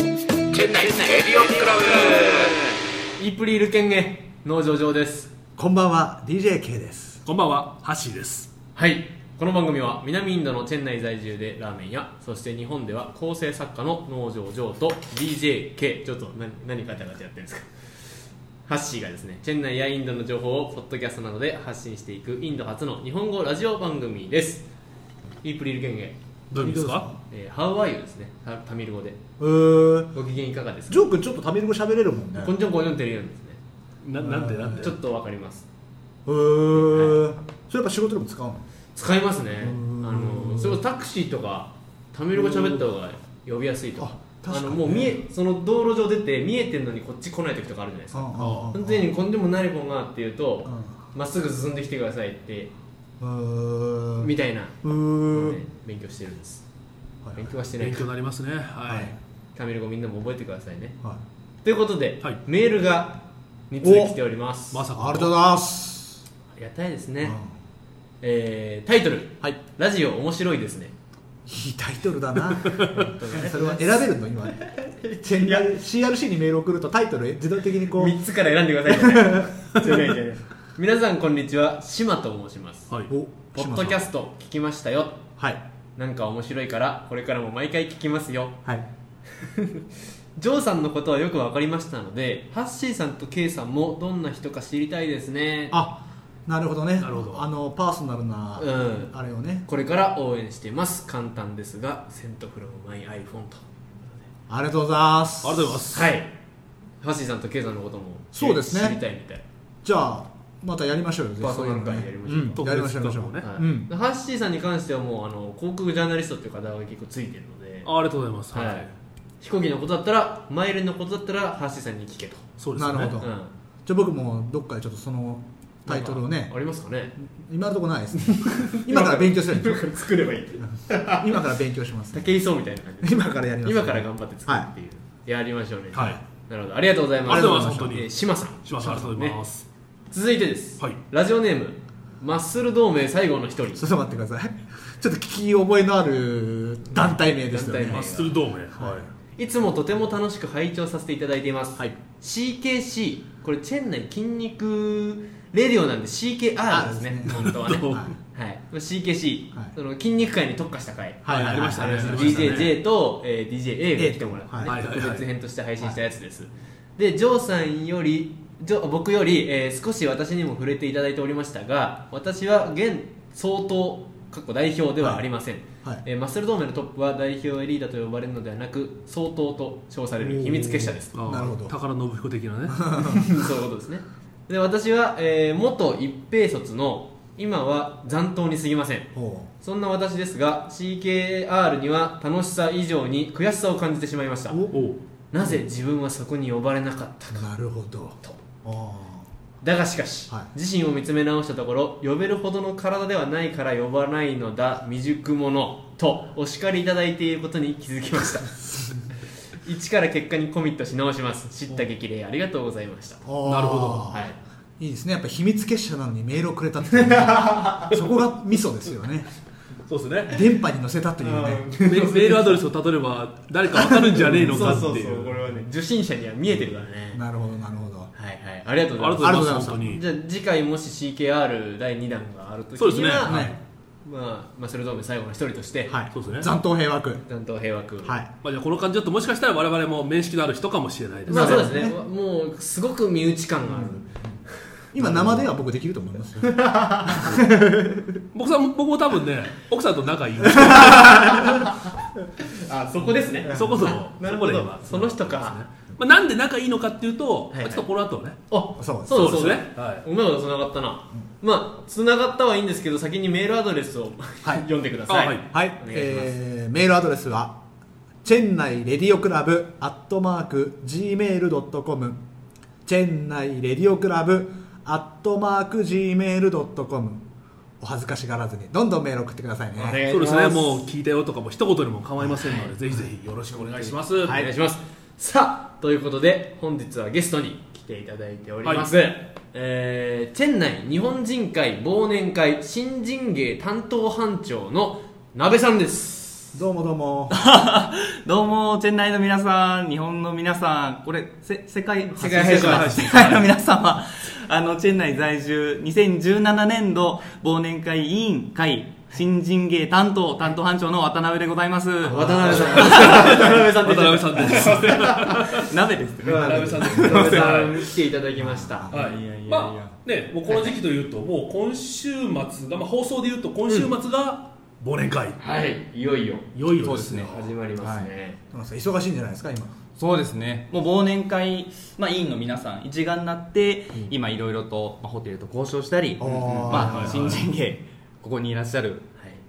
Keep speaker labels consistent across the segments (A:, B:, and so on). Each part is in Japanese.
A: 店内エリオンクラ
B: イープリール県へ農場上です
C: こんばんは DJK です
D: こんばんは、ハッシーです。
B: はいこの番組は南インドのチェン内在住でラーメン屋そして日本では構成作家の農場上と DJK ちょっと何何ガチャガチャやってるんですかハッシーがですねチェン内やインドの情報をポッドキャストなどで発信していくインド初の日本語ラジオ番組ですイープリル県へ、
D: どういう意味ですか
B: えー、How are you ですねタタミル語で
C: えー、
B: ご機嫌いかがです
C: ジ
B: か
C: ョー君ちょっとタミル語喋れるもんね
B: こんちょんこんちょんてるよんですね
D: ななんでなんで
B: ちょっとわかります
C: えー、それやっぱ仕事でも使うの
B: 使いますねあ
C: ん
B: のそれこそタクシーとかタメル語喋った方が呼びやすいとか
C: あ確かに
B: のもう見えその道路上出て見えてんのにこっち来ない時とかあるじゃないですか
C: あ
B: 本当にこんでもないもんがって言うと
C: う
B: まっすぐ進んできてくださいって
C: んうん
B: みたいな
C: う
B: の
C: ん
B: をね勉強してるんです
C: はい
B: 勉強はしてない
D: 勉
B: か
D: 強になりますね。は
C: はい
D: い。
B: タメル語みんなも覚えてくださいね
C: はい
B: ということで
D: はい
B: メールが2通来ております
D: ま
B: あ
D: さかの。
C: ありがとうございます
B: りがたいですね
C: うん
B: えータイトルラジオ面白いですね
C: いいタイトルだな
B: 本当に
C: それは選べるの今チェン CRC にメール送るとタイトル自動的にこう
B: 3つから選んでくださいね じゃないじゃない皆さんこんにちはシマと申します
D: はい。
C: お
B: ポッドキャ
C: ス
B: スト聞きましたよ
C: はい
B: なんか面白いからこれからも毎回聞きますよ
C: はい
B: ジョーさんのことはよく分かりましたのでハッシーさんとケイさんもどんな人か知りたいですね
C: あなるほどね
D: なるほど
C: あのパーソナルな、
B: うん
C: あれをね
B: これから応援しています簡単ですが「セントフロムマイ iPhone」と
C: ありがとうございます
D: ありがとうございます。
B: はいハッシーさんとケイさんのことも
C: そうですね
B: 知りたいみたい
C: じゃあまたやりましょうよ
B: パーソナル会やりましょう
C: うんやりましょうやりましょう
D: ね
B: はい
C: うん
B: ハッシーさんに関してはもうあの航空ジャーナリストっていう肩が結構ついてるので
D: あありがとうございます。は
B: はい
D: い。、
B: 飛行機のことだったらマイルのことだったらハッシーさんに聞けと、
D: そうですね。
C: なるほど
B: うん
C: じゃあ僕もどっかでちょっとそのタイトルを
B: なん
C: ね
B: かありますかね
C: 今のところないですね 今から勉強するんです
B: 今から作ればいい
C: 今から勉強します
B: 竹井壮みたいな感じで
C: 今からやります
B: 今から頑張って作るっていう、やりましょうね
D: はい
B: なるほどありがとうございます
D: ありがとうございます本当に
B: えー島さん
D: します。ありがとうございます。
B: 続いてです、
D: はい
B: ラジオネームマッスル同盟最後の一人
C: ちょっと待ってくださいちょっと聞き覚えのある団体名ですよ
B: 団体
C: ね
B: 名
D: マッスル同盟。はい
B: つもとても楽しく拝聴させていただいています、
C: はい
B: CKC これチェン内筋肉レディオなんで CKR ですね
C: あですね
B: 本当はね、
D: どう
B: はい CKC、
C: はい
B: その筋肉界に特化した回、
C: はいはい
D: ありましたね。
C: ありましたね
B: DJJ と、えー DJA が来てもらって、ね
C: はい
D: はいはい
B: 特別編として配信したやつです、でジョーさんよりジョ僕より、えー少し私にも触れていただいておりましたが私は現総統かっこ代表ではありません、
C: はいはい
B: えーマッスル同盟のトップは代表エリーダと呼ばれるのではなく総統と称される秘密結社です
D: あー
C: なるほど
D: 宝信彦的なね。
B: そういうことですねで私は、えー元一平卒の今は残党にすぎません
C: ほ
B: そんな私ですが CKR には楽しさ以上に悔しさを感じてしまいました
C: お
D: おう
B: なぜ自分はそこに呼ばれなかった
C: うなるほど
B: と
C: あ
B: だがしかし、
C: はい
B: 自身を見つめ直したところ呼べるほどの体ではないから呼ばないのだ未熟者とお叱りいただいていることに気づきました一から結果にコミットし直します知った激励ありがとうございました
C: ーあー
D: なるほど
B: はい
C: いいですねやっぱ秘密結社なのにメールをくれたっていうねそこがミソですよね
D: そうですね。
C: 電波に乗せたというね
D: メメールアドレスをたどれば誰かわかるんじゃねえのかっていう。
B: れはね受信者には見えてるからね、
C: なるほどなるほど
B: はいはいありがとうござ
D: あ
B: い
D: りがとうござい
B: ます
C: ありがとうございま
D: ますす。本当に。
B: じゃあ次回もし CKR 第2弾があるときには
D: そうですね
B: まあ
C: はい
B: まあ、マッスルドーム最後の一人として、
C: はい
D: そうですね
C: 残党平和区
B: 担当平和君、
C: はい
D: まあじゃあこの感じだともしかしたら我々も面識のある人かもしれないですね。
B: まあそうですね
C: ね
B: もうすごく身内感がある、
C: 今生では僕できると思いますよ
D: 僕さん僕も多分ね奥さんと仲いいんで。
B: あそこですね
D: そこそこ。
B: な
D: そ
B: る
D: こ
B: ほ
D: で
B: ど
D: 今
B: その人か
D: まあ、なんで仲いいのかっていうと、
B: はいはい
D: まあちょっとこの後ね
B: あ
C: そうです
B: そう
D: そうですねは
B: うまいことつながったな、まあつながったはいいんですけど先にメールアドレスを、
C: はい
B: 読んでください
D: あはい
C: はい、
B: お願いします、
C: えー、メールアドレスはチェンナイレディオクラブアットマーク Gmail.com チェンナイレディオクラブアットマーク Gmail.com お恥ずかしがらずにどんどんメール送ってくださいね
B: お願いします
D: そうですねもう聞いたよとかも一言でも構いませんので、ぜひぜひよろしくお願いします、
B: はい、お願いしますさあということで本日はゲストに来ていただいております、えーチェン内日本人会忘年会新人芸担当班長の鍋さんです
C: どうもどうも
A: どうも、チェンナイの皆さん、日本の皆さん、これ、せ世界
B: 世界配信
A: 世界の皆様、 あの、チェンナイ在住、2017年度忘年会委員会、新人芸担当、担当班長の渡辺でございます。
B: 渡辺さん渡辺さん
D: 渡辺さんです。は
A: 鍋ですね。
B: 渡辺さんです渡辺さん来ていただきました
A: いやいやいや
D: まあね、もうこの時期というと、もう今週末が、まあ、放送でいうと、今週末が忘年会。
B: はいいよいよ
D: いよいよですね。
B: 始まりますね
C: なんかさ忙しいんじゃないですか今
A: そうですねもう忘年会、まあ、委員の皆さん一丸になって、今いろいろと、まあ、ホテルと交渉したり、
C: あー
A: ま
D: はいはいは
A: あ、
D: い
A: 新人芸ここにいらっしゃる、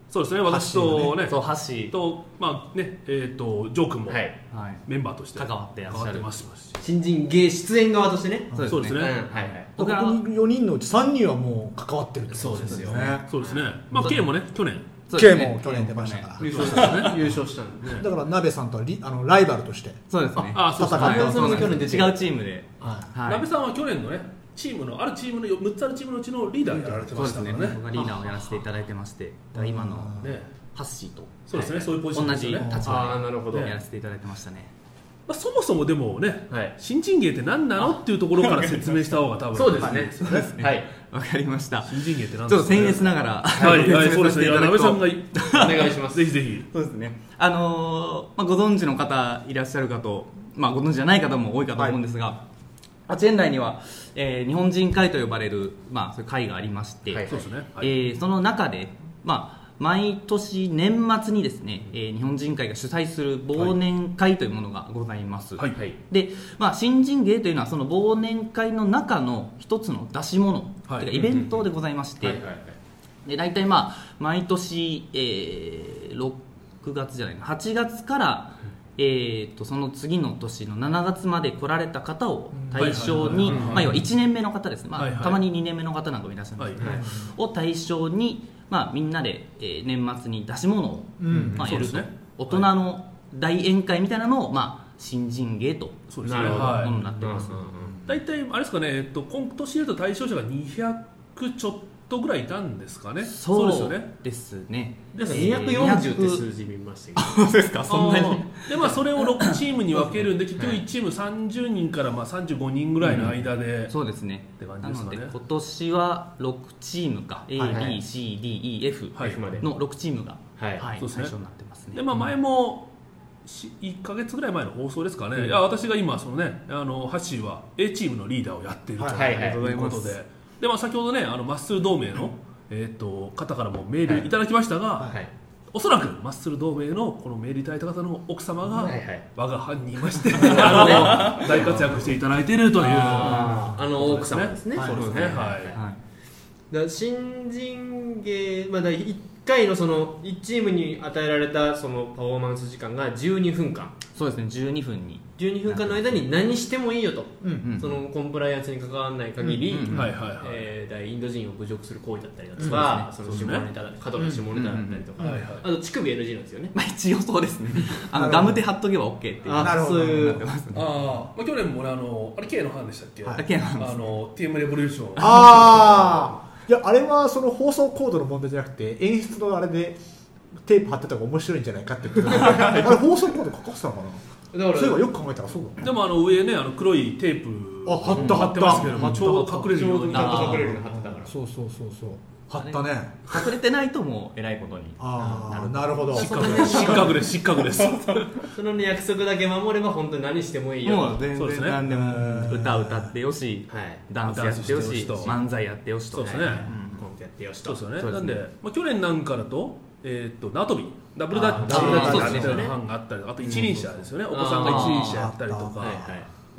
D: そうですね、私とね、
A: そうハッシー
D: と、まあね、えっ、と、ジョー君も、
B: はいはい
A: はい、
D: メンバーとして
A: 関わってらっしゃる
D: 関わますし。
B: 新人芸出演側としてね
D: そうです
B: うん
D: ね。
B: はいはい
C: ここ
A: 僕ら
C: 4人のうち3人はもう関わってるってこと
B: そうですよ
C: ね
D: そうですね。まあ、K もね、去年。
A: そうですね
C: K も去年出ましたから
B: 優勝したんだね優勝したんだね
C: だから鍋さんとはリあのライバルとして
A: そうですね
D: あ、そうですね。
C: 戦
A: はい
C: っ
A: そ
C: た
A: うなん
B: 去年
A: で
B: 出
A: す
B: て
A: 違
B: る
A: うチームで、
B: は
A: はい
D: 鍋さんは去年のね、チームの、あるチームの、6つあるチームのうちのリーダーやられて
A: そう
D: ま
A: で
D: した
A: す
D: か
A: ね
D: らね。
A: 僕がリーダーをやらせていただいてましてだから今の
C: あ
D: ね
A: ハッシーと
D: そうですね
A: はい
D: そういうポジションですよね
A: 同じ立
B: あーなるほ
A: 場
B: ど
A: でやらせていただいてましたね
D: まあ、そもそもでもね、
B: はい
D: 新人芸って何なのっていうところから説明した方が多
B: い
D: 分
B: そうですねはい
A: わかりました
D: 新人芸って何
A: ちょっと
D: 先
A: 僭越ながら、
D: はい、はい、そうですねいや鍋さんが
B: お願いします
D: ぜひぜひ
A: そうですね。あのーまあ、ご存知の方いらっしゃるかと、まあ、ご存知じゃない方も多いかと思うんですが、まあチェン内には、えー日本人会と呼ばれる、まあ、そういう会がありまして、
B: はい
D: そうですね、は
A: え
D: い
A: ーその中で、まあ、毎年年末にですね、えー日本人会が主催する忘年会というものがございます。
D: はい
B: はい
A: で、まあ、新人芸というのはその忘年会の中の一つの出し物、
D: はい
A: というかイベントでございまして、
B: はいはいはい
A: で大体まあ毎年、えー6月じゃないな8月から、えー、とその次の年の7月まで来られた方を対象
D: はいはいはい
A: に
D: はい
A: まあ要は1年目の方ですね、まあ
D: はいはい
A: たまに2年目の方なんかもいらっしゃるんですけど、
D: はい
A: を対象に、まあ、みんなで、えー年末に出し物を、
C: うん
A: まあ、
D: そう
A: や
D: です
A: ると、
D: ね
A: 大人の大宴会みたいなのを、まあ、新人芸と
D: そうですね
B: なるほど
A: ものに
D: は
A: なってます、
B: うんうんうん
D: い、大体あれですかね、えっと、今年だと対象者が200ちょっとぐらいいたんですかね
A: そう
D: ですよね
A: ですね
B: で
A: えー
B: 240って数字見ましたけど
A: そうで すかそん
D: あ
A: なに
D: ーでまあそれを6チームに分けるんで結局1チーム30人からまあ35人ぐらいの間で、
A: そうですね
D: て感じ
A: な
D: ですか
A: の
D: ね
A: で今年は6チームか
B: はいはい
A: ABCDEF
D: はい
B: F まで
A: の6チームが、
B: はい
A: はい
D: そうですね
A: 対象になってますね
D: でまあ、前もし1か月ぐらい前の放送ですかね、いや私が今その、ね、あのハッシーは A チームのリーダーをやっていると
C: はい
B: はいありがとうござ
D: い
B: いうま
D: こ
B: す
D: とで,、でまあ、先ほどねあのマッスル同盟の、えー、と方からもメールいただきましたが、
B: はい
D: おそらくマッスル同盟のこのメールいただいた方の奥様が、
B: はいはい
D: 我が班にいま してあの大活躍していただいているという
B: あーあの奥様ですね
D: そうですね、
B: は
D: はいい
A: はい
B: だから新人芸、まあ、だ1回のその1チームに与えられたそのパフォーマンス時間が12分間
A: そうですね12分に
B: 12分間の間に何してもいいよと、
C: うん
A: うん
B: そのコンプライアンスに関わらない限り、
A: うんうんうん
D: はいはいはい
B: えーだからインド人を侮辱する行為だったりだとか、
D: うん
B: その下ネタだ過度の下ネタだったりとか、
D: うんうんうんうん
B: あと乳首 NG なんですよね、
A: まあ一応そ うですねあ
C: なるほど
A: のガム手貼っとけば OK っていう
B: あ
C: なるほど
B: そういう
D: あーまあ、去年もねあのあれ K の班でしたっけ、
C: はい
A: だけなんです
D: あの TM レボリューション
C: ああいやあれはその放送コードの問題じゃなくて演出のあれでテープ貼ってた方が面白いんじゃないかってことあれ放送コード書かせたのか
B: だ
C: な
B: か
C: そういえば
B: ら
C: よく考えたらそうだ
D: でもあの上ねあの黒いテープ
C: あ貼った
D: 貼ってますけど
C: 貼
D: も
C: った
D: ちょうど隠れるように
B: ちょうど
A: あー
B: 隠れるようになってたから
C: そうそうそうそう貼ったね
A: 隠れてないともうえらいことに
C: ああなるほど
B: そう
D: 失格です失格です
B: その、ね、約束だけ守れば本当に何してもいいよと
A: もう全
D: そうです
A: 然
D: ね
A: 何でも歌歌ってよし
B: はい
A: ダンスやってよ
D: ダンスしよ
A: して
D: しと
A: 漫才やってよし
D: そう
A: と
D: ですね
B: コントやってよし
D: そう
B: と
D: ですよね
A: そう
D: な
A: です
D: ん
A: ね
D: で、まあ、去年なんかだと,、えー、と縄跳びダブルダッチ
B: あーダブルダ
A: ッチ
D: みたいな班があったりあと一輪車ですよねお
B: ん
D: 子さんが一輪車やったりと
C: あー
D: か、
B: はいはい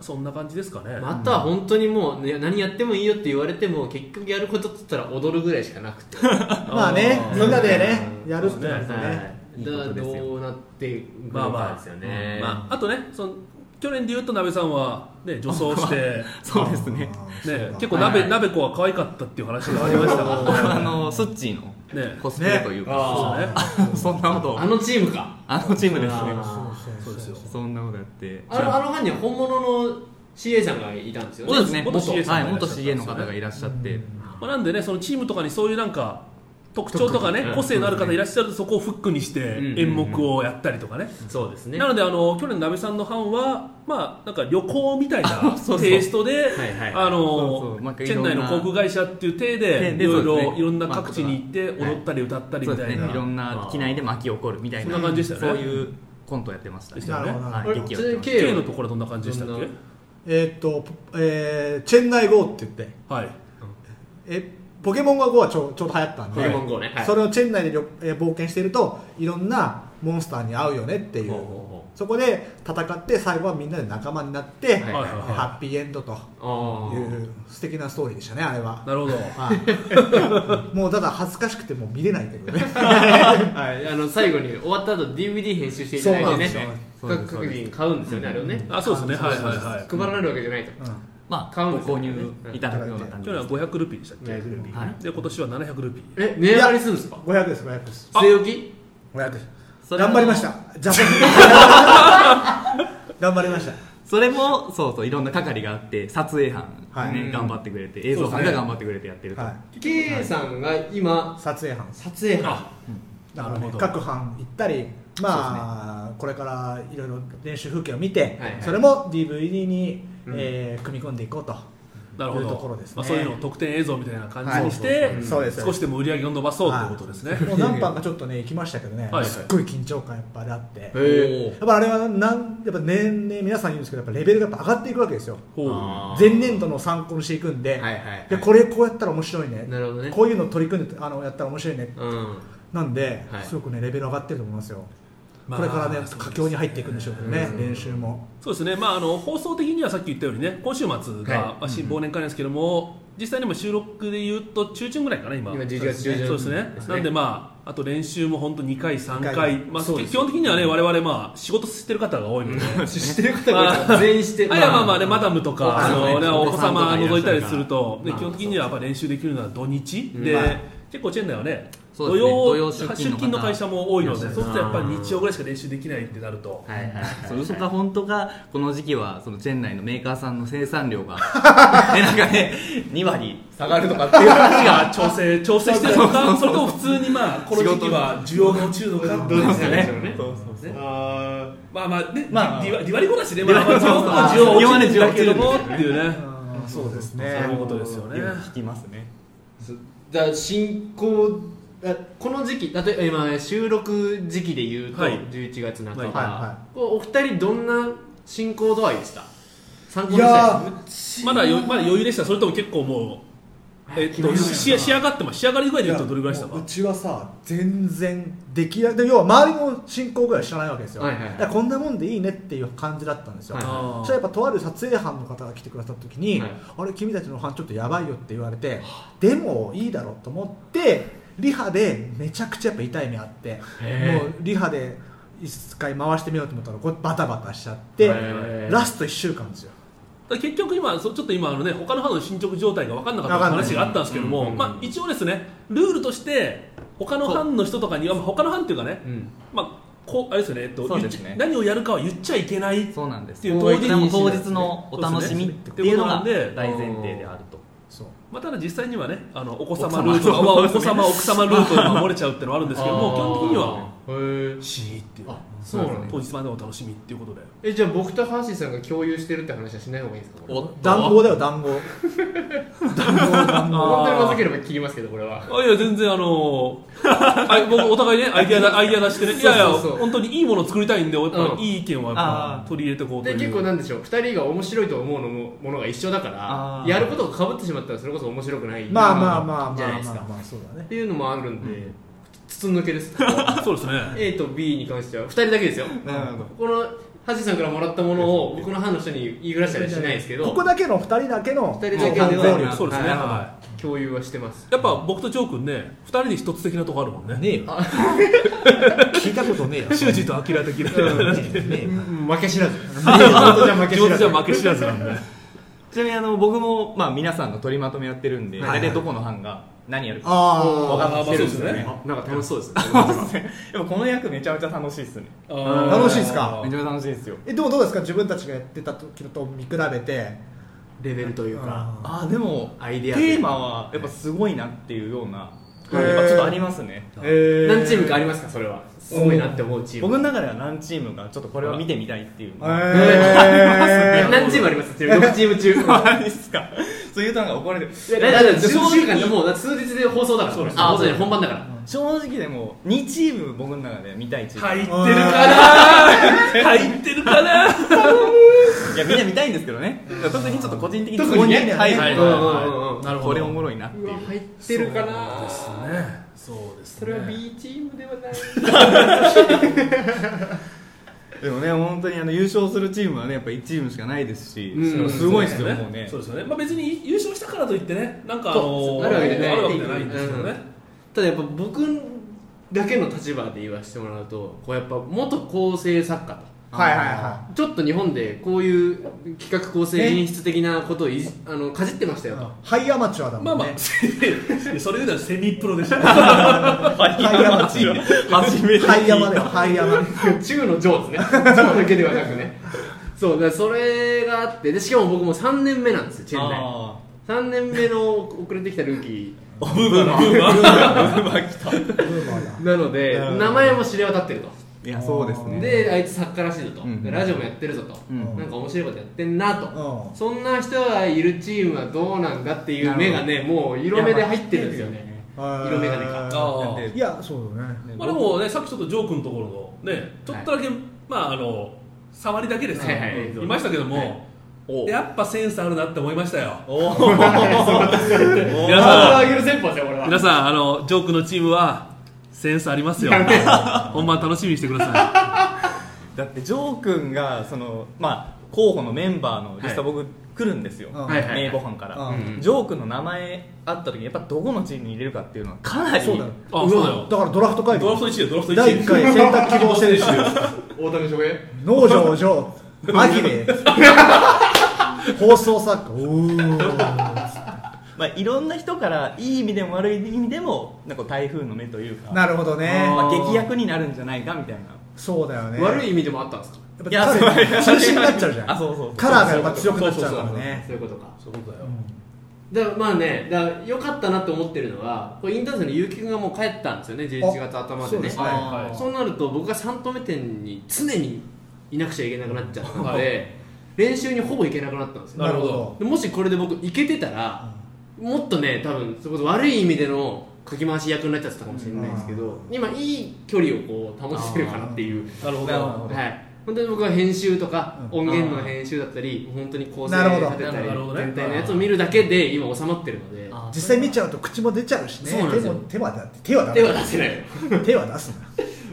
D: そんな感じですかね、
B: まあ、あとは本当にもう、ね、何やってもいいよって言われても結局やることって言ったら踊るぐらいしかなくて
C: まあね
D: あー
C: みんなでねやるってなると
B: は
C: ね
B: い
A: い
B: だ
A: いこ
B: から
A: とですよ
B: どうなっていく
D: まあ
B: の
D: ま
B: か
D: あ
B: ですよね
D: まあ、あとねその去年で言うと鍋さんは、ね、女装して、ね、
A: そうですね
C: あーそうだ
D: 結構鍋,、
B: はい
D: 鍋子は可愛かったっていう話がありましたがね
A: あのスッチーのコスプレというか、
B: あ
A: そんなことを
B: あのチームか
A: あのチームですね
B: あ
D: そうですよ
A: そんなことやって
B: あのあの班には本物の CA さんがいたんですよね
A: そうですね
D: 元
A: 元
D: CA さん
A: はい
D: がいらっしゃったんですよね
A: 元 CA の方がいらっしゃって
D: まあ、なんでねそのチームとかにそういうなんか特徴とかね
B: 特
D: 個
B: 徴
D: 性のある方いらっしゃるとそこをフックにして
B: ん
D: 演目をやったりとかね、
B: そうですね
D: なのであの去年の鍋さんの班はまあなんか旅行みたいな
A: そうそう
D: テイストで
B: いはい
D: あ
A: そうそうな
D: の
A: んかい
D: チェ
A: ろ
D: ン
A: んな
D: 内の航空会社っていう体で
A: ね
D: い
A: で
D: ろい
A: そうです
D: ろ
A: ね
D: いろんな各地に行って踊ったり歌ったり
A: そう
D: み
A: で
D: た
A: すね
D: いない
A: ろんな機内で巻き起こるみたいな
D: そんな感じでしたよね
A: そういうコントをやってましたね
D: でしたよね
C: なるほど
A: はい、
B: ちなみ
A: 劇をや
B: に
A: って
B: K
D: K のところはどんな感じでしたっ
B: どん
C: えーっと、えーチェンナイ GO って言って
D: けはい
C: えポケモン GO はちょちょうど流行ったんで
B: ポケモン GO ねはい
C: それをチェンナイで旅、えー冒険してるといろんなモンスターに会うよねっていう
B: ほうほうほ
C: そこで戦って最後はみんなで仲間になって、
B: はい
D: はいはい
C: ハッピーエンドと
B: あ
C: い
B: ー
C: う素敵なストーリーでしたねあれは、
D: なるほど
C: はい もうただ恥ずかしくてもう見れないけどね
B: はい、あの最後に終わった後 DVD 編集していただい
C: そう
B: て
C: なんですよ
B: ね
A: そうです
B: 各各人買うんですよね、あれをね
D: あそうですねはいはいはい
B: 配られるわけじゃないと、
A: まあ
B: 買うんです
A: ご
B: よ
A: 購
B: ね
A: 入いただくような感じ
D: 去年
A: で
D: は
A: す
D: 500ルピーでしたっけ
B: ねグループ
A: はい
D: で今年は700ルピー
B: え値上がりするんですか
C: 500です500です
B: 据え置き
C: 500です
A: それも
C: 頑張りましたジャパ ン頑張りました
A: それもそうそういろんな係があって撮影班、ね
C: はい
A: 頑張ってくれて映像班が頑張ってくれてやってると、
C: は
B: K さんが今
C: い撮影班
B: 撮影班
C: だから
D: な
C: ね
D: るほど
C: 各班行ったりまあ、これからいろいろ練習風景を見て、
B: はいはい
C: それも DVD に、
B: うん
C: えー組み込んでいこうと
D: なるほ
C: いう
D: ど
C: ところですね
D: まあ、そういうのを特典映像みたいな感じにし
C: は
D: て
C: いうんそうです
D: 少しでも売り上げを伸ばそうということですね、
C: もう何班かちょっとね行きましたけどね、
D: はい
C: すっごい緊張感やっぱりあって、
B: へー
C: やっぱあれはなんやっぱ年々皆さん言うんですけどやっぱレベルがやっぱ上がっていくわけですよ
D: ほう
B: あー
C: 前年度の参考にしていくんで,、
B: はいはいはい
C: でこれこうやったら面白いね
B: なるほどね
C: こういうの取り組んであのやったら面白いね
B: うん
C: なんで、
B: はい
C: すごくねレベル上がってると思いますよ、
D: まあ
C: これからね佳境に入っていくんでしょうけどね、練習も。
D: そうですね、まあ、あの放送的にはさっき言ったようにね今週末が、まあ、新忘年会ですけども、実際にも収録で言うと中旬ぐらいかな今
B: 今11月中旬
D: そうですね
B: ですね
D: なんでまああと練習も本当2回3回
C: 二回
D: まあ、
B: そうです
D: 基本的にはね我々まあ仕事してる方が多いので、
B: してる方が全員して
D: あいやまあまあね、マダムと
A: お
D: か、
A: 子
D: あ
A: さんとか
D: の
A: ね
D: ね、お子様
A: お子さんとかいらっしゃるから
D: 覗いたりすると、ね
A: まあ
D: 基本的にはやっぱ練習できるのは土日
B: うん
D: で
B: まあ、
D: 結構チェーン内はね、
A: そ
D: 土
A: うですね
D: 曜
A: 土曜
D: 出
A: 出勤の方
D: 勤の会社も多いので、
A: い
D: そ
A: ら
D: う
A: っ
D: す
A: しゃ
D: ると
A: る
D: やっぱり日曜ぐらいしか練習できないってなると、
B: はいはいはい
A: そう嘘か本当かこの時期はそのチェン内のメーカーさんの生産 量がねなんかね2割下がるとかっていう話が
D: あ調整調整してるのか、それとも普通にまあこの時期は需要が落ちるのかってい
B: どう
D: う
B: で
D: ですす
B: か
D: ね。
B: ねそうそうそうあ
D: まあまあね、
A: まあ
D: ディワディワリゴだしね、まあまあ
A: ディワリゴだし
D: 需要は落ちるんだけどもっていうね、
C: そうですね
D: そういうことですよね。
A: 聞きますね
B: じゃあ進行あこの時期例えば今ね収録時期で言うと、
D: はい
B: 11月半ば、
D: はいはい
C: は
B: こうお二人どんな進行度合いでした参考に
C: い
B: したい
C: や
D: まだよまだ余裕でした。それとも結構もうえっと仕仕上がってます。仕上がり具合で
C: ー
D: 言うとどれぐらいでした
C: もう
D: か
C: う。ちはさ全然出来上がり要は周りの進行ぐらい知らないわけですよ、
B: はいはいはい
C: だからこんなもんでいいねっていう感じだったんですよ、
B: はいはい
C: そしたらやっぱとある撮影班の方が来てくださった時に、
B: はい
C: あれ君たちの班ちょっとやばいよって言われてでもいいだろうと思ってリハでめちゃくちゃやっぱ痛い目あっても
B: へー
C: うリハで一回回してみようと思ったらこれバタバタしちゃって
B: へー
C: ラスト1週間ですよ
D: だから結局今そうちょっと今あのね他の班の進捗状態が分かんなかった
C: わかんない
D: 話があったんですけども、
B: うん
D: まあ一応ですねルールとして他の班の人とかにまあ他の班っていうかね、
B: うん
D: まあこうあれですよね,、えっと
A: そうです
D: 言
A: ね
D: っちゃ何をやるかは言っちゃいけない
A: そうなんです
D: っていう
A: 当日
D: 当日に
A: 当日のお楽しみっていうのが大前提であると
C: そう
D: まあ、ただ実際にはねあのお子様
A: 奥様
D: ルートまあ
A: そう
D: お
A: ですね
D: 子様奥様ルートが漏れちゃうっていうのはあるんですけども
B: あー
D: 基本的には
B: へー
D: しーっていう、
B: あそうなんだ
D: 当日までのお楽しみっていうことで
B: えじゃあ僕とハーシーさんが共有してるって話はしない方がいいんですかこれ
A: おっと
C: 談合だよ談合談合談合
B: 本当にまずければ切りますけどこれは
D: あいや全然あのーあい僕お互いねアイデアだ アイデア出してねいやいや
B: そうそうそう
D: 本当にいいものを作りたいんでやっぱ
B: うん
D: いい意見はやっぱ
A: あー
D: 取り入れてこうとい
B: で
D: う
B: 結構なんでしょう2人が面白いと思うのもものが一緒だから
A: あー
B: やることがかぶってしまったらそれこそ面白くない
C: まあまあまあまあ
B: じゃないです
C: まあ
B: か
C: まあまあそうだね
B: っていうのもあるんで筒抜けです
D: そうですね
B: A と B に関しては2人だけですよこのハジさんからもらったものを僕の班の人に言いふらしたりはしないですけど
C: ここだけの2人だけの
B: 2人だけでは
C: もう
D: そうですね、
B: はい
D: は
B: 共有はしてます
D: い、やっぱ僕とジョー君ね2人で一つ的なとこあるもんね
C: ねえよ聞いたことねえよ
D: 修二とアキラ的な
C: ねえよ
B: 負け知らず本当じゃ負け
D: 地
B: 知ら
D: 元
B: ず
D: じゃ負け知らずなんで
A: ちなみにあの僕も、まあ、皆さんの取りまとめやってるんで、
C: はいはい
A: 大体どこの班が何やるか
C: あ
A: 分かってるんです
D: あーまあそうですね
A: よね
B: あなんか楽しそうですね
A: でもこの役めちゃめちゃ楽しいっすね
C: ー楽しいっすか
A: めちゃめちゃ楽しいですよ
C: あでもどうですか自分たちがやってた時と見比べて
B: レベルというか
A: あーでも
B: アイデア
A: テーマはやっぱすごいなっていうような
C: へー
A: やっぱちょっとありますね
C: えー
B: 何チームかありますかそれはすごいなって思うチー
A: 僕の
B: ム
A: 中では何チームかちょっとこれは見てみたいっていう
C: え
A: のが
C: ー
B: え何チームありますちなみに6チーム中
A: あれですかそういうのが怒られる
B: いやだから正直もうだって数日で放送だからあそうだね本番だから
A: 正直でも2チーム僕の中で見たいチーム、
D: 入ってる
C: か
D: かな入ってるかない
A: やみんな見たいんですけどね特にちょっと個人的に
B: 特
A: ここ
B: に
A: に
B: ね
A: 入る
B: はい
A: のが
B: はいはいはい
D: なるほど
A: これおもろいなっていう
B: 入ってるかな
D: そうですねそうですね
B: それは B チームではない
A: でもね本当にあの優勝するチームはねやっぱ1チームしかないですし、
B: うん
A: すごいですよ、
D: そ
A: もう
D: うで
A: ね
D: すよねそうですよねまあ別に優勝したからといってねなんかあの
B: そうあるわけじゃない
D: あるわけじゃないんですけどね
B: ただやっぱ僕だけの立場で言わせてもらうとこうやっぱ元構成作家と
C: はいはいは
B: ちょっと日本でこういう企画構成演出的なことをいじあのかじってましたよと
C: いハイアマチュアだ
D: まあ
C: もん
D: ま
C: ね
D: あ それ言うならセミプロでしたね
C: ハイアマチュア
A: 初 めて
C: ハイアマだよハイアマ
B: 中の上ですね上だけではなく ねそうだからそれがあってでしかも僕も3年目なんですよチェンナイ
A: あ
B: 3年目の遅れてきたルーキ ーなので
A: うん
B: 名前も知れ渡ってると
A: ーいやそうですね
B: であいつ作家らしいぞと、
A: うん
B: ラジオもやってるぞと、
A: うん
B: なんか面白いことやってんなと、
C: うん
B: そんな人がいるチームはどうなんだっていう目がねもう色目で入ってるんですよね色眼鏡か
D: ああ
A: で
C: いやそうだね
D: まあでもねさっきちょっとジョー君のところのねちょっとだけまああの触りだけです
B: はいはい
D: ねいましたけどもやっぱセンスあるなって思いましたよ 皆さん
B: あげる先輩ですよ俺は
D: 皆さんあのジョークのチームはセンスありますよ本番楽しみにしてくださ
A: だってジョー君がその、まあ、候補のメンバーのリスト僕来るんですよ、
C: うん
B: はいはい
A: 名簿班から、
C: うん
A: ジョー君の名前あった時にやっぱどこのチームに入れるかっていうのはかなり
C: そうだよ
D: いあそうだよ
C: だからドラフト会議
D: ドラフト1位よドラフト1位
C: 第1 回選択希望選手
B: 大谷翔平
C: 農場上アニメ放送作家おー
A: まあ、いろんな人からいい意味でも悪い意味でもなんか台風の目というか
C: なるほどね
A: まあ、劇薬になるんじゃないかみたいな
C: そうだよね
B: 悪い意味でもあったんですか
C: いやっぱ彼中心になっちゃうじゃん
A: あそうそう
C: カラーがやっぱ強くなっちゃうから
B: そ
C: ね
B: ういうことか
D: そういうことだよ
B: だからまあねだから良かったなって思ってるのはこれインターン生の結城君がもう帰ったんですよね11月頭
C: そ
B: で
C: うで
B: ね
C: すね
B: あーそうなると僕が3止め店に常にいなくちゃいけなくなっちゃったので練習にほぼ行けなくなったんですよ
C: なるほど
B: でもしこれで僕行けてたらもっとね多分それこそ悪い意味でのかき回し役になっちゃってたかもしれないですけど今いい距離をこう保してるかなっていう
D: なるほ
A: なるほ
D: ど
A: ど
B: はい、本当に僕は編集とか、
C: う
B: 音源の編集だったり本当に構成
C: なるほど
B: 立てたり
D: なるほどね
B: 全体のやつを見るだけで今収まってるので
A: あ
C: 実際見ちゃうと口も出ちゃうしね
B: そうなんです
C: 手
B: よ
C: も手はだって手は
B: 手は
C: 出
B: 出せないよ
C: 手は出す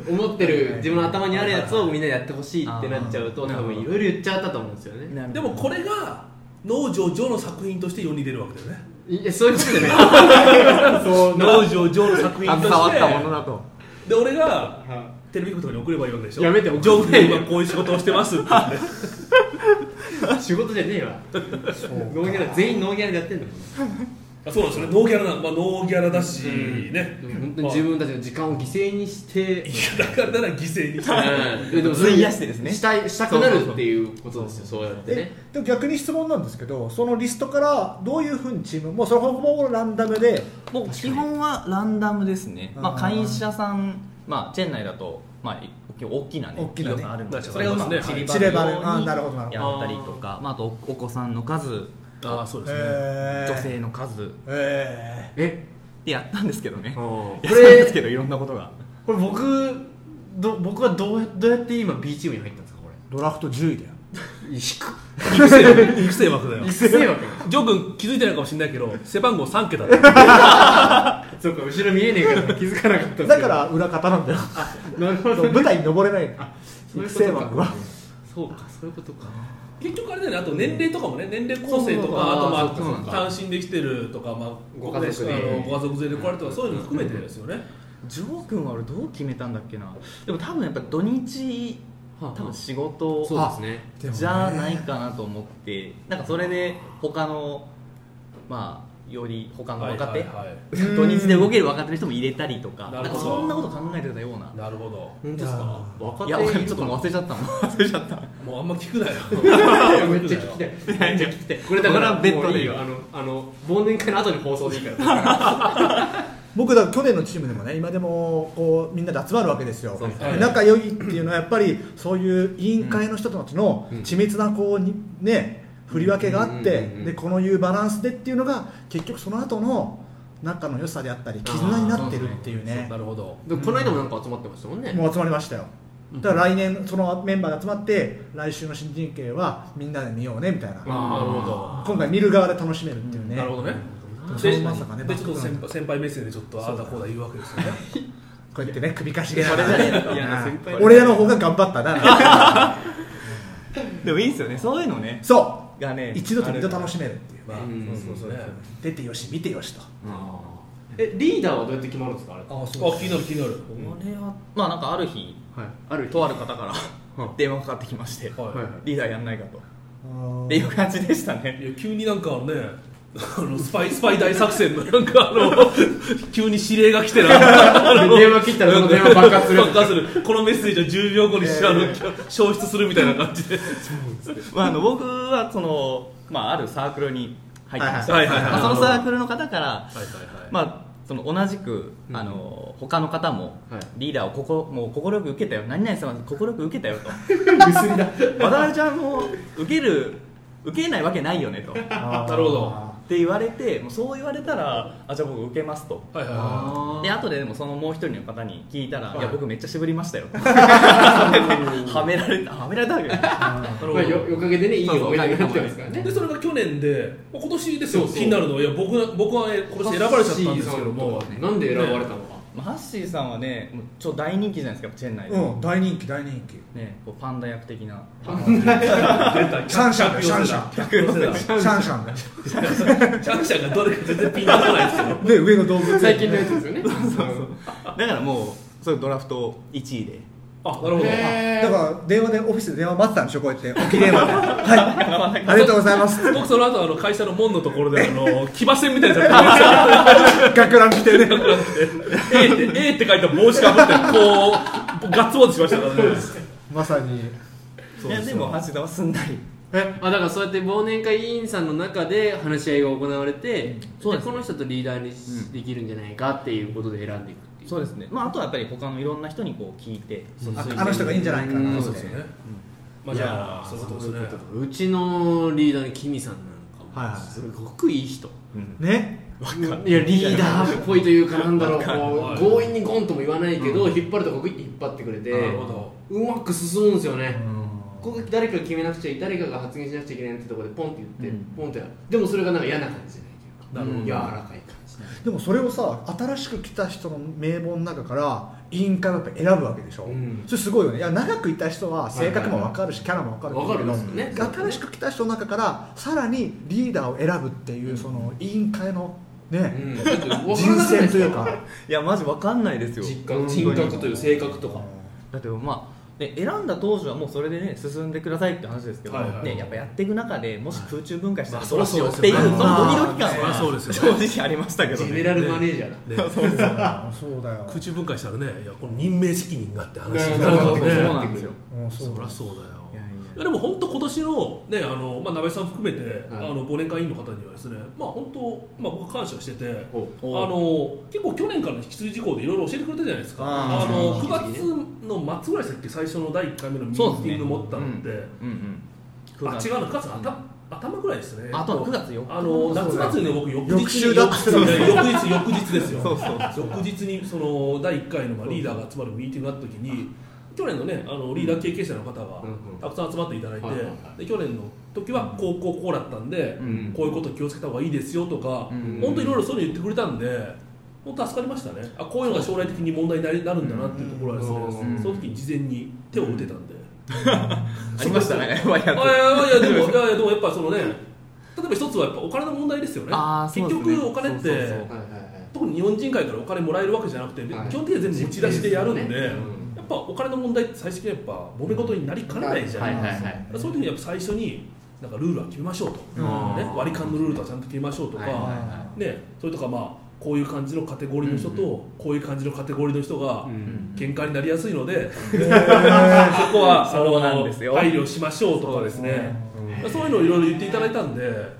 C: な
B: 思ってる自分の頭にあるやつをみんなやってほしいってなっちゃうと
A: あー
B: 多分いろいろ言っちゃったと思うんですよね
A: なるほど
D: でもこれが農場上の作品として世に出るわけだよね
B: いやそういうことじゃないそうな
D: 農場上の作品と
A: 携わ
D: し
A: った
D: て
A: ものだと
D: で俺がテレビ局とかに送ればいいわけでしょ
B: やめて送
D: ジョ
B: ん
D: ー
B: ない
D: 君はこういう仕事をしてますって言って
B: 仕事じゃねえわノーギャラ全員ノーギャラでやってんだもん
D: あそうなんですよねノーギャラな、まあ、ノーギャラだしね、
B: でも本当に自分たちの時間を犠牲にして
D: いやだからなら犠牲にした
B: うんでも
A: 費やしてですね
B: したいしたくなるっていうことですよそうやって
C: え
B: ね
C: でも逆に質問なんですけどそのリストからどういうふうにチームもうそれほぼランダムで
A: もう基本はランダムですね、ま
C: あ
A: あ、
C: ー
A: 会社さん、まあ、チェン内だと、まあ、大きな、ね
C: 大きなね
A: 企業さんあるので
D: 大きな
A: それをまあ
D: そうです
A: 散
D: ね
A: り
C: 散れば
A: ば
C: めあ
A: めよう
C: ー
A: に
C: なるほどなる
A: や
C: ほ
A: ったりとかまあ、あとお子さんの数
D: ああそう
C: ど
D: ですね、
C: へー
A: 女性の数
C: へ
B: え
A: でやったんですけどねやっ
B: こ
A: たんですけどいろんなことが
B: これ僕ど僕はどうやどうやって今 B チームに入ったんですかこ
C: ードラフト10位だよ
B: れ低く
D: 育成育成枠だよ
B: 低いわけ
D: ジョー君気づいてないかもしれないけど背番号3桁だよ
B: そうか後ろ見えねえから気づかなかったんですけど
C: だから裏方なんだよ
B: なるほど
C: 舞台に登れない
B: そうい
C: 育
B: うことか
C: 成枠は
B: そうかそういうことか
D: 結局あれだよねあと年齢とかもね年齢構成と
B: そうそうそう
D: かあとま
B: あーそうかそうか
D: あ単身できてるとかまあ
B: ご家族で
D: あのご家族連れで来られるとかそういうの含めてですよね
A: ジョー君は俺どう決めたんだっけなでも多分やっぱ土日
B: はあ
A: 多
B: はあ
A: 分仕事
B: そうですね
C: でもね
A: じゃないかなと思ってなんかそれで他のまあより他の若手、
D: はいはいはい
A: 土日で動ける若手の人も入れたりとか
D: な
A: な
D: る
A: ん
D: ほ
A: か
D: ど
A: そんなこと考えてたような
D: なるほど
B: 本当ですか若
A: いや俺
B: 手
A: ちょっともう忘れちゃったもん忘れちゃった
D: もうあんま聞くなよ
B: めっちゃ聞きたいめっちゃ聞きたいこれ
A: だから
B: ベッド
A: もう
B: で
A: いいよ
B: あのあの忘年会の後に放送でいいから
C: 僕だから去年のチームでもね今でもこうみんなで集まるわけですよ
E: そうです
D: ね
C: で仲良いっていうのはやっぱりそういう委員会の人たちの緻密なこうにね振り分けがあっ
E: う
C: て
E: んうんうんうん
C: でこのいうバランスでっていうのが結局その後の仲の良さであったり絆になってるっていうね
D: なるほど
B: でこの間もなんか集まってましたもんね、
C: もう集まりましたよだから来年そのメンバーが集まって来週の新人系はみんなで見ようねみたいな
D: なるほど
C: 今回見る側で楽しめるっていうね
D: なるほどね
C: そ
D: で
C: うまさかね
D: でちょっと先輩先輩目線でちょっとああだこうだ言うわけですよね
C: こうやってね首かしげなが
E: こ
C: ら
E: れ
C: ね
E: じゃねえいや先輩
C: 俺らの方が頑張ったな
A: でもいいですよねそういうのね
C: そ
E: が
C: う
E: ね
C: 一度と二度楽しめるっていう
D: まあ
E: うん
D: そうそうね
C: 出てよし見てよしと
B: えリーダーはどうやって決まるんですかあれ
C: ああ
D: あ気になる気になる
A: これはまあなんかある日
B: はいある
A: とある方から電話かかってきまして
D: はい
B: はい
A: リーダーやんないかとっていう感じでしたね
D: いや急になんかねあのスパイスパイ大作戦のなんかあの 急に指令が来てなんか
B: 電話切ったらその電話爆発する
D: 爆発するこのメッセージを10秒後にしあの消失するみたいな感じで
A: まあ、あの僕はその、まあ、あるサークルに入ってました、
D: はいはいはいはい
A: まあそのサークルの方から、
D: はいはいはい、
A: まあ、その同じく、あの他の方も、
B: はい
A: リーダーをここもう快く受けたよ何々様快く受けたよと
B: 結びだ
A: 渡辺ちゃんも受ける受けないわけないよねとっ
D: なるほど
A: て言われてもうそう言われたらあじゃあ僕受けますと。
D: はいはいは
B: あ
A: で後ででもそのもう一人の方に聞いたら、い、や
B: はい
A: 僕めっちゃ渋りま したよはめられたはめられたわけですよ
D: い
B: まあよおかげでねいい
A: そうそう
B: 思い出になってますからね
D: でそれが去年で、まあ、今年ですよ
B: そうそう
D: 気になるのはいや僕が僕はね今年選ばれちゃったんですけども、
B: そうそうなんで選ばれたのか
A: まあハッシーさんはねもう超大人気じゃないですかやっぱチェン内で、
C: うん大人気大人気
A: ね、こうパンダ役的な
C: シャンシャンだよシャンシャンシャンシャンだよ
D: シャンシャンがどれか全然ピンとこないですけど
C: で上の動物園
B: 最近のやつですよね
A: だからもうそれドラフト1位で
D: あなるほど
B: へ
C: だから電話でオフィスで電話待ってたんでしょこうやって置き電話で はいありがとうございます
D: 僕その後あの会社の門のところであ の騎馬戦みたいになっちゃって
C: 学ラン来てね
D: A って A って書いた帽子かぶってこうガッツポーズしましたからね
C: まさに
A: いやでもハッシーさんはすんなり
B: えあだからそうやって忘年会委員さんの中で話し合いが行われて、
A: そう
B: で
A: です
B: この人とリーダーにしできるんじゃないかっていうことで選んでいくっていう
A: そうですね、まあ、あとはやっぱり他のいろんな人にこう聞いて、
C: ああの人がいいんじゃないかなって
D: ねまあじゃあそういうことですね
B: うちのリーダーのキミさんなんか
C: はいは
B: も
C: い
B: すごくいい人、
C: ね
B: い、やリーダーっぽいというかなんだろう
D: わかる
B: こう強引にゴンとも言わないけど、引っ張るとこグイッて引っ張ってくれて
D: なるほど
B: うまく進むんですよね、ここ誰かが決めなくちゃいい誰かが発言しなくちゃいけないってところでポンって言って、
A: うん
B: ポンってやるでもそれがなんか嫌な感じじゃないというか
D: なるほど
B: 柔らかい感じ
C: でもそれをさ新しく来た人の名簿の中から委員会をやっぱ選ぶわけでしょ、
B: うん
C: それすごいよねいや長くいた人は性格も分かるし、キャラも分かるんだ
B: 分かるんです
C: け
B: よ
C: ど、
B: ね
C: 新しく来た人の中からさらにリーダーを選ぶっていう、その委員会のね、
B: うん、だって分からなくない
C: 人選というか
A: いやマジわかんないですよ
B: 実感人格という性格とか
A: だってまあ、ね、選んだ当時はもうそれでね進んでくださいって話ですけど、
D: はいはい
A: ね、やっぱやっていく中でもし空中分解したら
D: まあ
A: どうしようっ
D: そう
A: て
D: で
A: いう
D: す
A: そ
D: よ
A: の
D: ね
A: ドキドキ感は
D: そりゃそうですよ
A: 正直ありましたけど
B: ジェ
A: ね
B: ネラルマネージャーだ
D: ね
C: あそうだよ
D: 空中分解したらねいやこの任命責任がって話に
B: な
D: な
B: る
D: る
B: ほ
D: から
B: ど
A: そう
D: ね
A: なんですよ
C: うん
D: そ
C: そう
D: り
C: だ
D: ゃそうだよ
A: いやいや
D: いやでも本当今年のねあのまあ鍋さん含めて、
B: はい
D: あの忘年会委員の方にはですねまあ本当まあ僕感謝しててあ
B: お
D: の結構去年からの引き継ぎ事項でいろいろ教えてくれたじゃないですか
C: あ
D: あ
C: ー
D: の
B: そう
D: 9
B: そう
D: 月の末ぐらいでしたっけ最初の第1回目のミ
A: そう
D: ー
A: です
D: テ
A: ね
D: ィング持ったのって、
A: うんうん
D: あ違うの9月の頭頭ぐらいですね
A: あとは9月4日
D: あの夏祭りの僕翌日に
C: 翌週だっつってた
D: 翌日翌日ですよ
A: そうそう
D: 翌日にその第1回のまあリーダーが集まるミーティングがあった時に去年のねあのリーダー経験者の方が
B: うんうん
D: たくさん集まっていただいて
B: はいはいは
D: で去年の時はこうこうこうだったんで
A: うん
D: こういうこと気をつけた方がいいですよとか
A: うん
D: 本当いろいろそういうの言ってくれたんで本当助かりましたねあこういうのが将来的に問題になりなるんだなっていうところはです
B: うん
D: ねその時に事前に手を打てたんで。
A: ありまし たねワイヤーと
D: あいやいやでもいやいやでもやっぱそのね例えば一つはやっぱお金の問題ですよね
A: あーそうですね
D: 結局お金って
A: そうそうそう
B: はいはいはい
D: 特に日本人会からお金もらえるわけじゃなくて、
B: はい
D: 基本的には全部持ち出しでやるんで、
B: 実費ですよね
D: やっぱお金の問題って最終的にはやっぱ揉め事になりかねないじゃないですか、
B: はいはい
D: だからそういう時にやっぱ最初になんかルールは決めましょうと、
C: うん
D: ね、割り勘のルールとはちゃんと決めましょうとか、
B: はいはい
C: は
D: ね、それとかまあこういう感じのカテゴリーの人と、こういう感じのカテゴリーの人が
B: うん
D: 喧嘩になりやすいの で、
C: へ
D: そこはあ
A: そうなん
D: の
A: ですよ
D: 配慮しましょうとかですねそういうのをいろいろ言っていただいたんで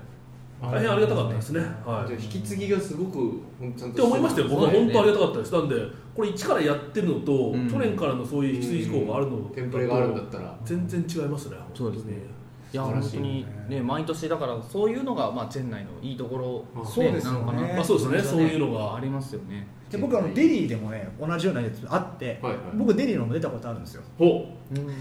D: 大変ありがたかったですね、はい、
B: 引き継ぎがすごくほんちゃん
D: って思いましたよ、僕は
B: そうだ
D: 本当ありがたかったです、なんで、これ、一からやってるのと、
B: ん
D: 去年からのそういう引き継ぎ事項があるのと、
B: テンプレがあるんだったら
D: 全然違いますね、
A: そうですね
D: 本
A: いや
B: 素晴
A: 本
B: らしい
A: 当にね毎年だからそういうのがまあチェン内のいいところ、ね、
C: そうですよね
A: なのかな、
D: 当に。まあ、そうですね、そういうのが
A: あ、りますよね
C: で僕あのデリーでもね同じようなやつあって、
B: はいはい
C: 僕デリーのも出たことあるんですよ
F: ほ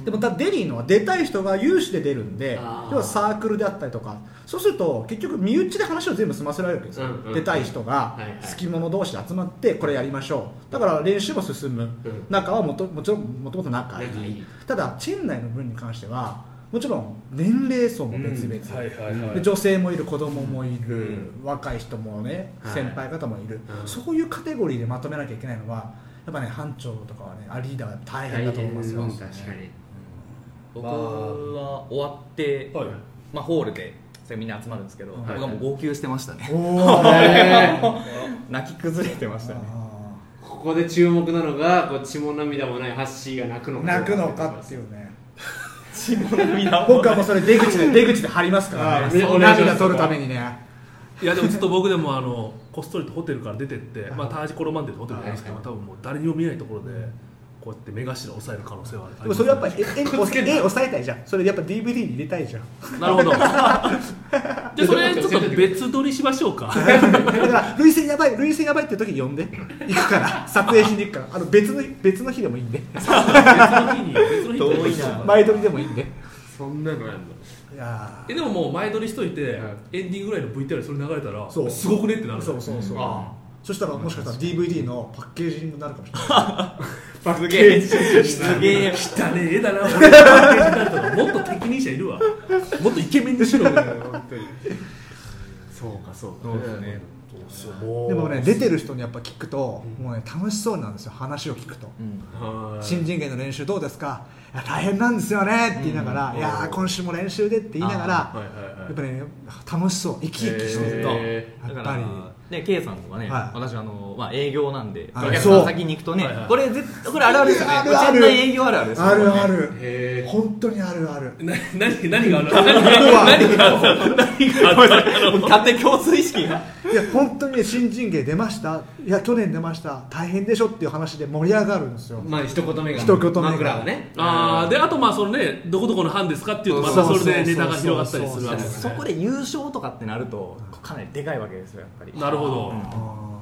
C: でもただデリーのは出たい人が有志で出るんで
B: あー
C: 要はサークルであったりとかそうすると結局身内で話を全部済ませられるわけですよ、
B: うんうん
C: 出たい人
B: は
C: が
B: いはい
C: 好き者同士で集まってこれやりましょうだから練習も進む、
B: ん
C: 仲はもともちろんもともと仲いい
B: 仲いい
C: ただチェン内の分に関してはもちろん年齢層も別々、
D: はいはいは
C: で
D: い、
C: 女性もいる子供もいる、
B: う
C: 若い人もね、
B: はい
C: 先輩方もいる、
B: うん
C: そういうカテゴリーでまとめなきゃいけないのはやっぱね班長とかはねあリーダーは大変だと思いますよ、
B: 確かに
A: 僕は終わって、
D: はい、
A: まあ、ホールでそれみんな集まるんですけど、
C: はい
A: 僕はもう号泣してまし たね
C: おー
A: 泣き崩れてましたね
C: あ
B: ここで注目なのがこう血も涙もないハッシーが泣くの
C: ー
B: か
C: 泣くのかっていうね
A: 血も涙も
C: 僕はもうそれ出 口で出口で貼りますから
B: はい
C: ねそう
B: お願いします
C: 涙取るためにね
D: いや、でもずっと僕でもあの、こっそりとホテルから出てって、まあ、タージコロマンデルのホテルなんですけど、
B: はい
D: 多分もう誰にも見えないところで、こうやって目頭を押さえる可能性はあります
C: でもそれやっぱ絵絵に絵を抑えたいじゃんそれやっぱ DVD に入れたいじゃん
D: なるほど。 で、それちょっと別撮りしましょうか。
C: だから涙腺やばい涙腺やばいって時呼んで行くから撮影しに行くからあの別の別の日でもいいんで
D: 別の日に、別の日に撮りましょうか。
C: 前撮りでもいいんで
B: そんなのやんの
C: いや
D: えでももう前撮りしといて、エンディングぐらいの VTR それ流れたら
C: そう
D: すごくねってなる
C: ーそうそうそう
B: あ
C: そしたらもしかしたら DVD のパッケージングになるかもしれない
B: すげえ
A: すげえ
D: 汚ねえ絵だな俺のパッケージになるとかもっと適任者いるわもっとイケメンにしろ
B: そうかそう
A: そうですね
C: でもね出てる人にやっぱ聞くともうね楽しそうなんですよ話を聞くと
A: うん
B: は
C: 新人芸の練習どうですかいや大変なんですよねって言いながら、いやー今週も練習でって言いな
B: い
C: がら、
B: はいはい
C: やっぱね楽しそう生き生きしてると、
B: へ
A: だ
C: や
A: か
C: っぱり
A: ら、ね、K さんとかね、
C: はい
A: 私あの、まあ、営業なんで、お
C: はい
A: 客さんの
C: そう
A: 先に行くとね、
D: はいはい
A: これ絶対これあるあるですよね
C: あるある
A: 絶対営業あるあるですよね
C: ある ある、
B: へー
C: 本当にあるある
D: な何何があるの
C: 僕
D: 何がある 何がある
A: もう勝手に共通意識が
C: いや本当にね新人芸出ましたいや去年出ました大変でしょっていう話で盛り上がるんですよ、
B: まあ一言目が
C: 一言目が
B: 枕がね
D: あーであとまあそのねどこどこの班ですかっていうとまたそれでネタが広がったりするわけです
A: そ
D: ね
A: こで優勝とかってなるとかなりでかいわけですよやっぱり
D: なるほど、
A: うん
C: あー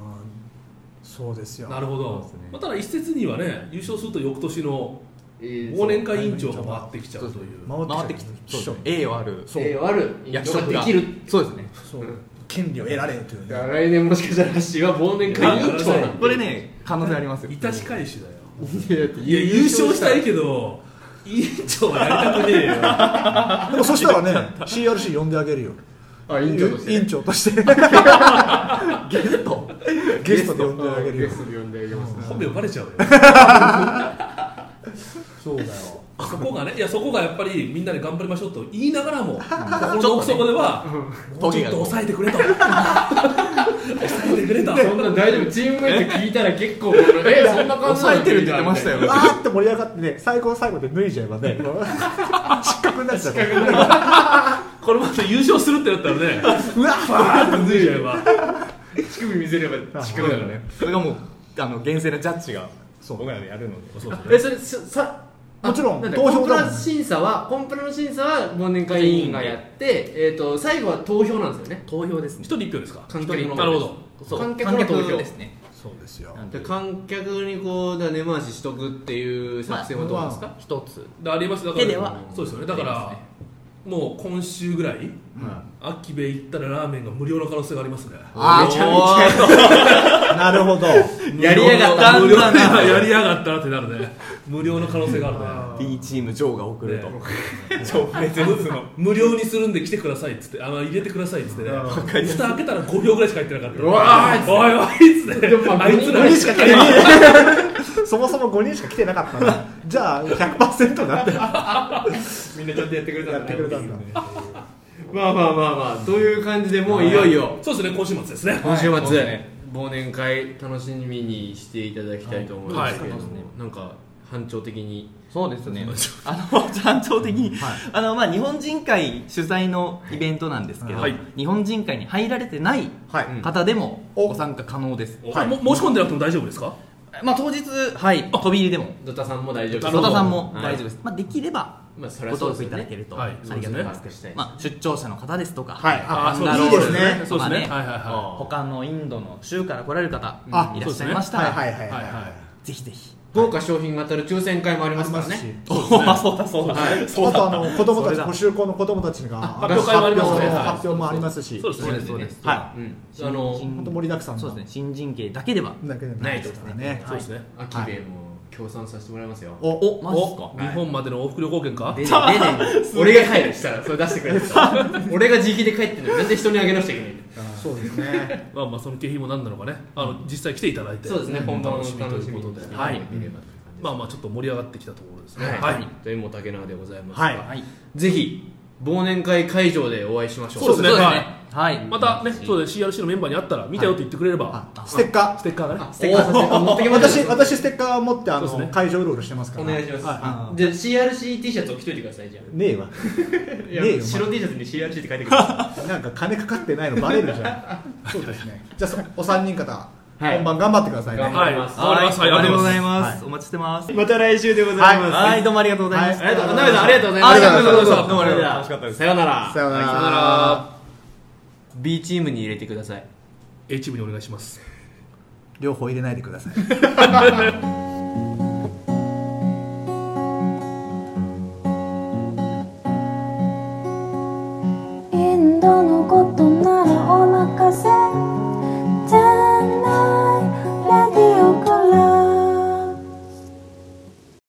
C: そうですよ
D: なるほど、
A: そうですね
D: まあ、ただ一説にはね優勝すると翌年の忘
B: 忘
D: 年会委員長が回ってきちゃうという
A: 回ってきて
C: そう
A: そうですね栄誉ある
B: 栄養ある
A: 役
B: が
A: 職
B: で
A: が
B: きる
A: そうですね
C: そう権利を得られるというね
B: 来年もしかしたらハッシーは忘年会委員長なん
A: これね可能性ありますよ
D: いたし返しだよ
B: だ
D: いや優勝したいけど委員長はやりたくねえよ
C: でもそしたらね CRC 呼んであげるよ
B: あ委員長として
C: 委員長として
A: ゲスト
C: ゲストで呼んであげるよ
B: ゲストで呼んであげますね
D: 本名バレちゃうよ
C: そうだよ
D: そこがねいやそこがやっぱりみんなで頑張りましょうと言いながらも心の奥底ではもうちょっと抑えてくれと抑えてくれと
B: そんな大丈夫チームメイト聞いたら結構えそんな感じなの
A: 抑えてるって言ってましたよ
C: わーって盛り上がってね最後の最後で脱いじゃえばね失格になっちゃうから
D: これまた優勝するってなったらね
C: うわ
D: バーッと脱いじゃえば
B: 乳首見せれば乳
A: そう
B: 首だ
A: だよ
B: からね
A: ねそれがもうあの厳正なジャッジが
C: そう
A: 僕らでやるので
D: そうですね
B: えそれそさあ
C: もちろん
B: なだ
C: 投票だも
B: コ
C: ん
B: ンプラ審査はコンプラの審査は忘年会委員がやってえっと最後は投票なんですよね
A: 投票ですね
D: 一人一票ですか
B: 観客の
D: なるほど
A: そう
B: 観
A: 観
B: 客の投票
A: 客ですね
C: そうですよ
A: なん
B: で
A: で
B: 観客にこうだ根回ししとくっていう作戦はどうなんですか、
A: 一つ
D: でありますだから
A: 手では
D: そうですよねだから、
A: あ
D: もう今週ぐらい、秋部行ったらラーメンが無料の可能性がありますね
C: あ
B: めちゃめちゃ
C: なるほど
A: やりやがった
D: 無料の
A: だんだん
D: やりやがったなってなるね無料の可能性があ
A: B チームジョーが送ると
D: ね
A: 超プレゼンツの
D: るね無料にするんで来てくださいっつってあの入れてくださいっつってね蓋開けたら5票ぐらいしか入ってなかった
B: うわーいっつ
D: おいおいっつ
B: って
D: って
B: でもまあ
D: あいつら
B: 5人
D: しか
C: そもそも5人しか来てなかったなじゃあ100%だって
B: みんなちゃんとやってくれた
C: や
B: ん
C: っ
B: だ
C: て
B: ね
C: くれたんだ
B: まあまあまあまあという感じでもういよいよ
D: そうですね今週末ですね
B: 今週末、
D: はい
B: 忘年会楽しみにしていただきたいと思いますけれども、
D: はい
B: なんか班長的に
A: そうですね。あの、単調的に、
C: はい
A: あの、まあ、日本人会主催のイベントなんですけど、
D: はい
A: 日本人会に入られてない
C: はい
A: 方でも
C: お
A: ご参加可能です。
D: あも申し込んでなくても大丈夫ですか
A: まあ、当日、はい、飛び入りでも、
B: ドタさんも大丈夫
A: 戸
B: です
A: 田さんも
B: はい
A: 大丈夫です。まあ、できれば、
B: まあそ
A: ご
B: れはそう
A: 登
B: です
A: 録い
B: よね
A: ただけると、
D: はい
A: ありがたいです。
B: そうですね
A: まあ、出張者の方ですとか、
C: はいあ
A: バンガロー
C: そうですね
D: そうですね。
A: ま
D: は
A: あ
D: いはいは
A: 他のインドの州から来られる方、
C: あ
A: いらっしゃいましたら、
C: はいはいはい
D: い。
C: は
D: はいい
C: はい
D: はい。
A: ぜひぜひ。
B: 豪華商品が当たる抽選会もありますからね
A: おーそうだ そうだ。
B: はい
C: あとあの子供たち
A: それだ
C: 補修校の子供たちが
B: 発表会もありますね
C: 発表
B: はい
C: 発表もありますし、
D: そうです
A: そうです、そうです。
C: は
B: うん
A: あ
B: あ
A: の
B: の
C: 本当盛りだくさんの
A: そうですね新人芸だけでは
C: だけじゃないですからね。
D: そうですね。
B: 秋兵衛も協賛させてもらいますよ
C: お
A: マジっすか
D: お日本までの往復旅行券か
E: 出ねえねえ
B: 俺が帰るしたらそれ出してくれ てた俺が自費で帰ってんのになんで人にあげなくちゃいけないんだ
C: そうですね。
D: まあまあその景品も何なのかね、あの実際来ていただいて、
B: そうですね本番を
D: 楽
B: 楽
D: し
B: し
D: みとい
B: みというう
D: こ
B: ことと
D: で、
B: で
D: はい。
B: 見ればという
D: まあまあちょっと盛り上がってきたところですね。
B: 感じ
D: は
B: はいい。というもたけなわでございます
C: はい
B: がぜひ忘年会会場でお会いしましょう
D: そうですね
A: はい
D: またね、そうです CRC のメンバーに会ったら見たよと言ってくれれば
C: あ、ステッカ
D: ステッカーが
B: あ
D: ね。
B: ステッカーさせて持ってき
C: ー。
B: ます
C: 私私ステッカー持って
D: そ
C: あ
D: うです
C: の
D: ね
C: 会場うろうろしてますから。
B: お願いします
C: は
A: あ
B: じゃあ CRCT シャツを着といてくださいじゃ
C: いねえわ。
B: あ
C: いやねえよ
B: 白 T シャツに CRC って書いてくださ
C: なんか金かかってないのバレるじゃん。そうですね。じゃあそお三人方
B: はい
C: 本番頑張ってくださいね。
B: 頑張
D: はい。
B: あ
D: わかります。はい、
A: あ
D: あ
A: り
D: りがとう
A: がとうご
D: ご
A: ざ
D: ざ
A: い
D: いま
A: ます、お待ちしてます
B: いまた来週でございます
C: はい
A: はいどうもありがとうございました、
C: は
B: ありがとう、
C: はい
B: 鍋さん、ありがとうございました。
A: ありがとうございました
B: どうもありがとうございま
E: 楽しかったです
B: さよなら。
C: さよなら
E: B チームに入れてください
D: す。A チームにお願いします。
C: 両方入れないでください。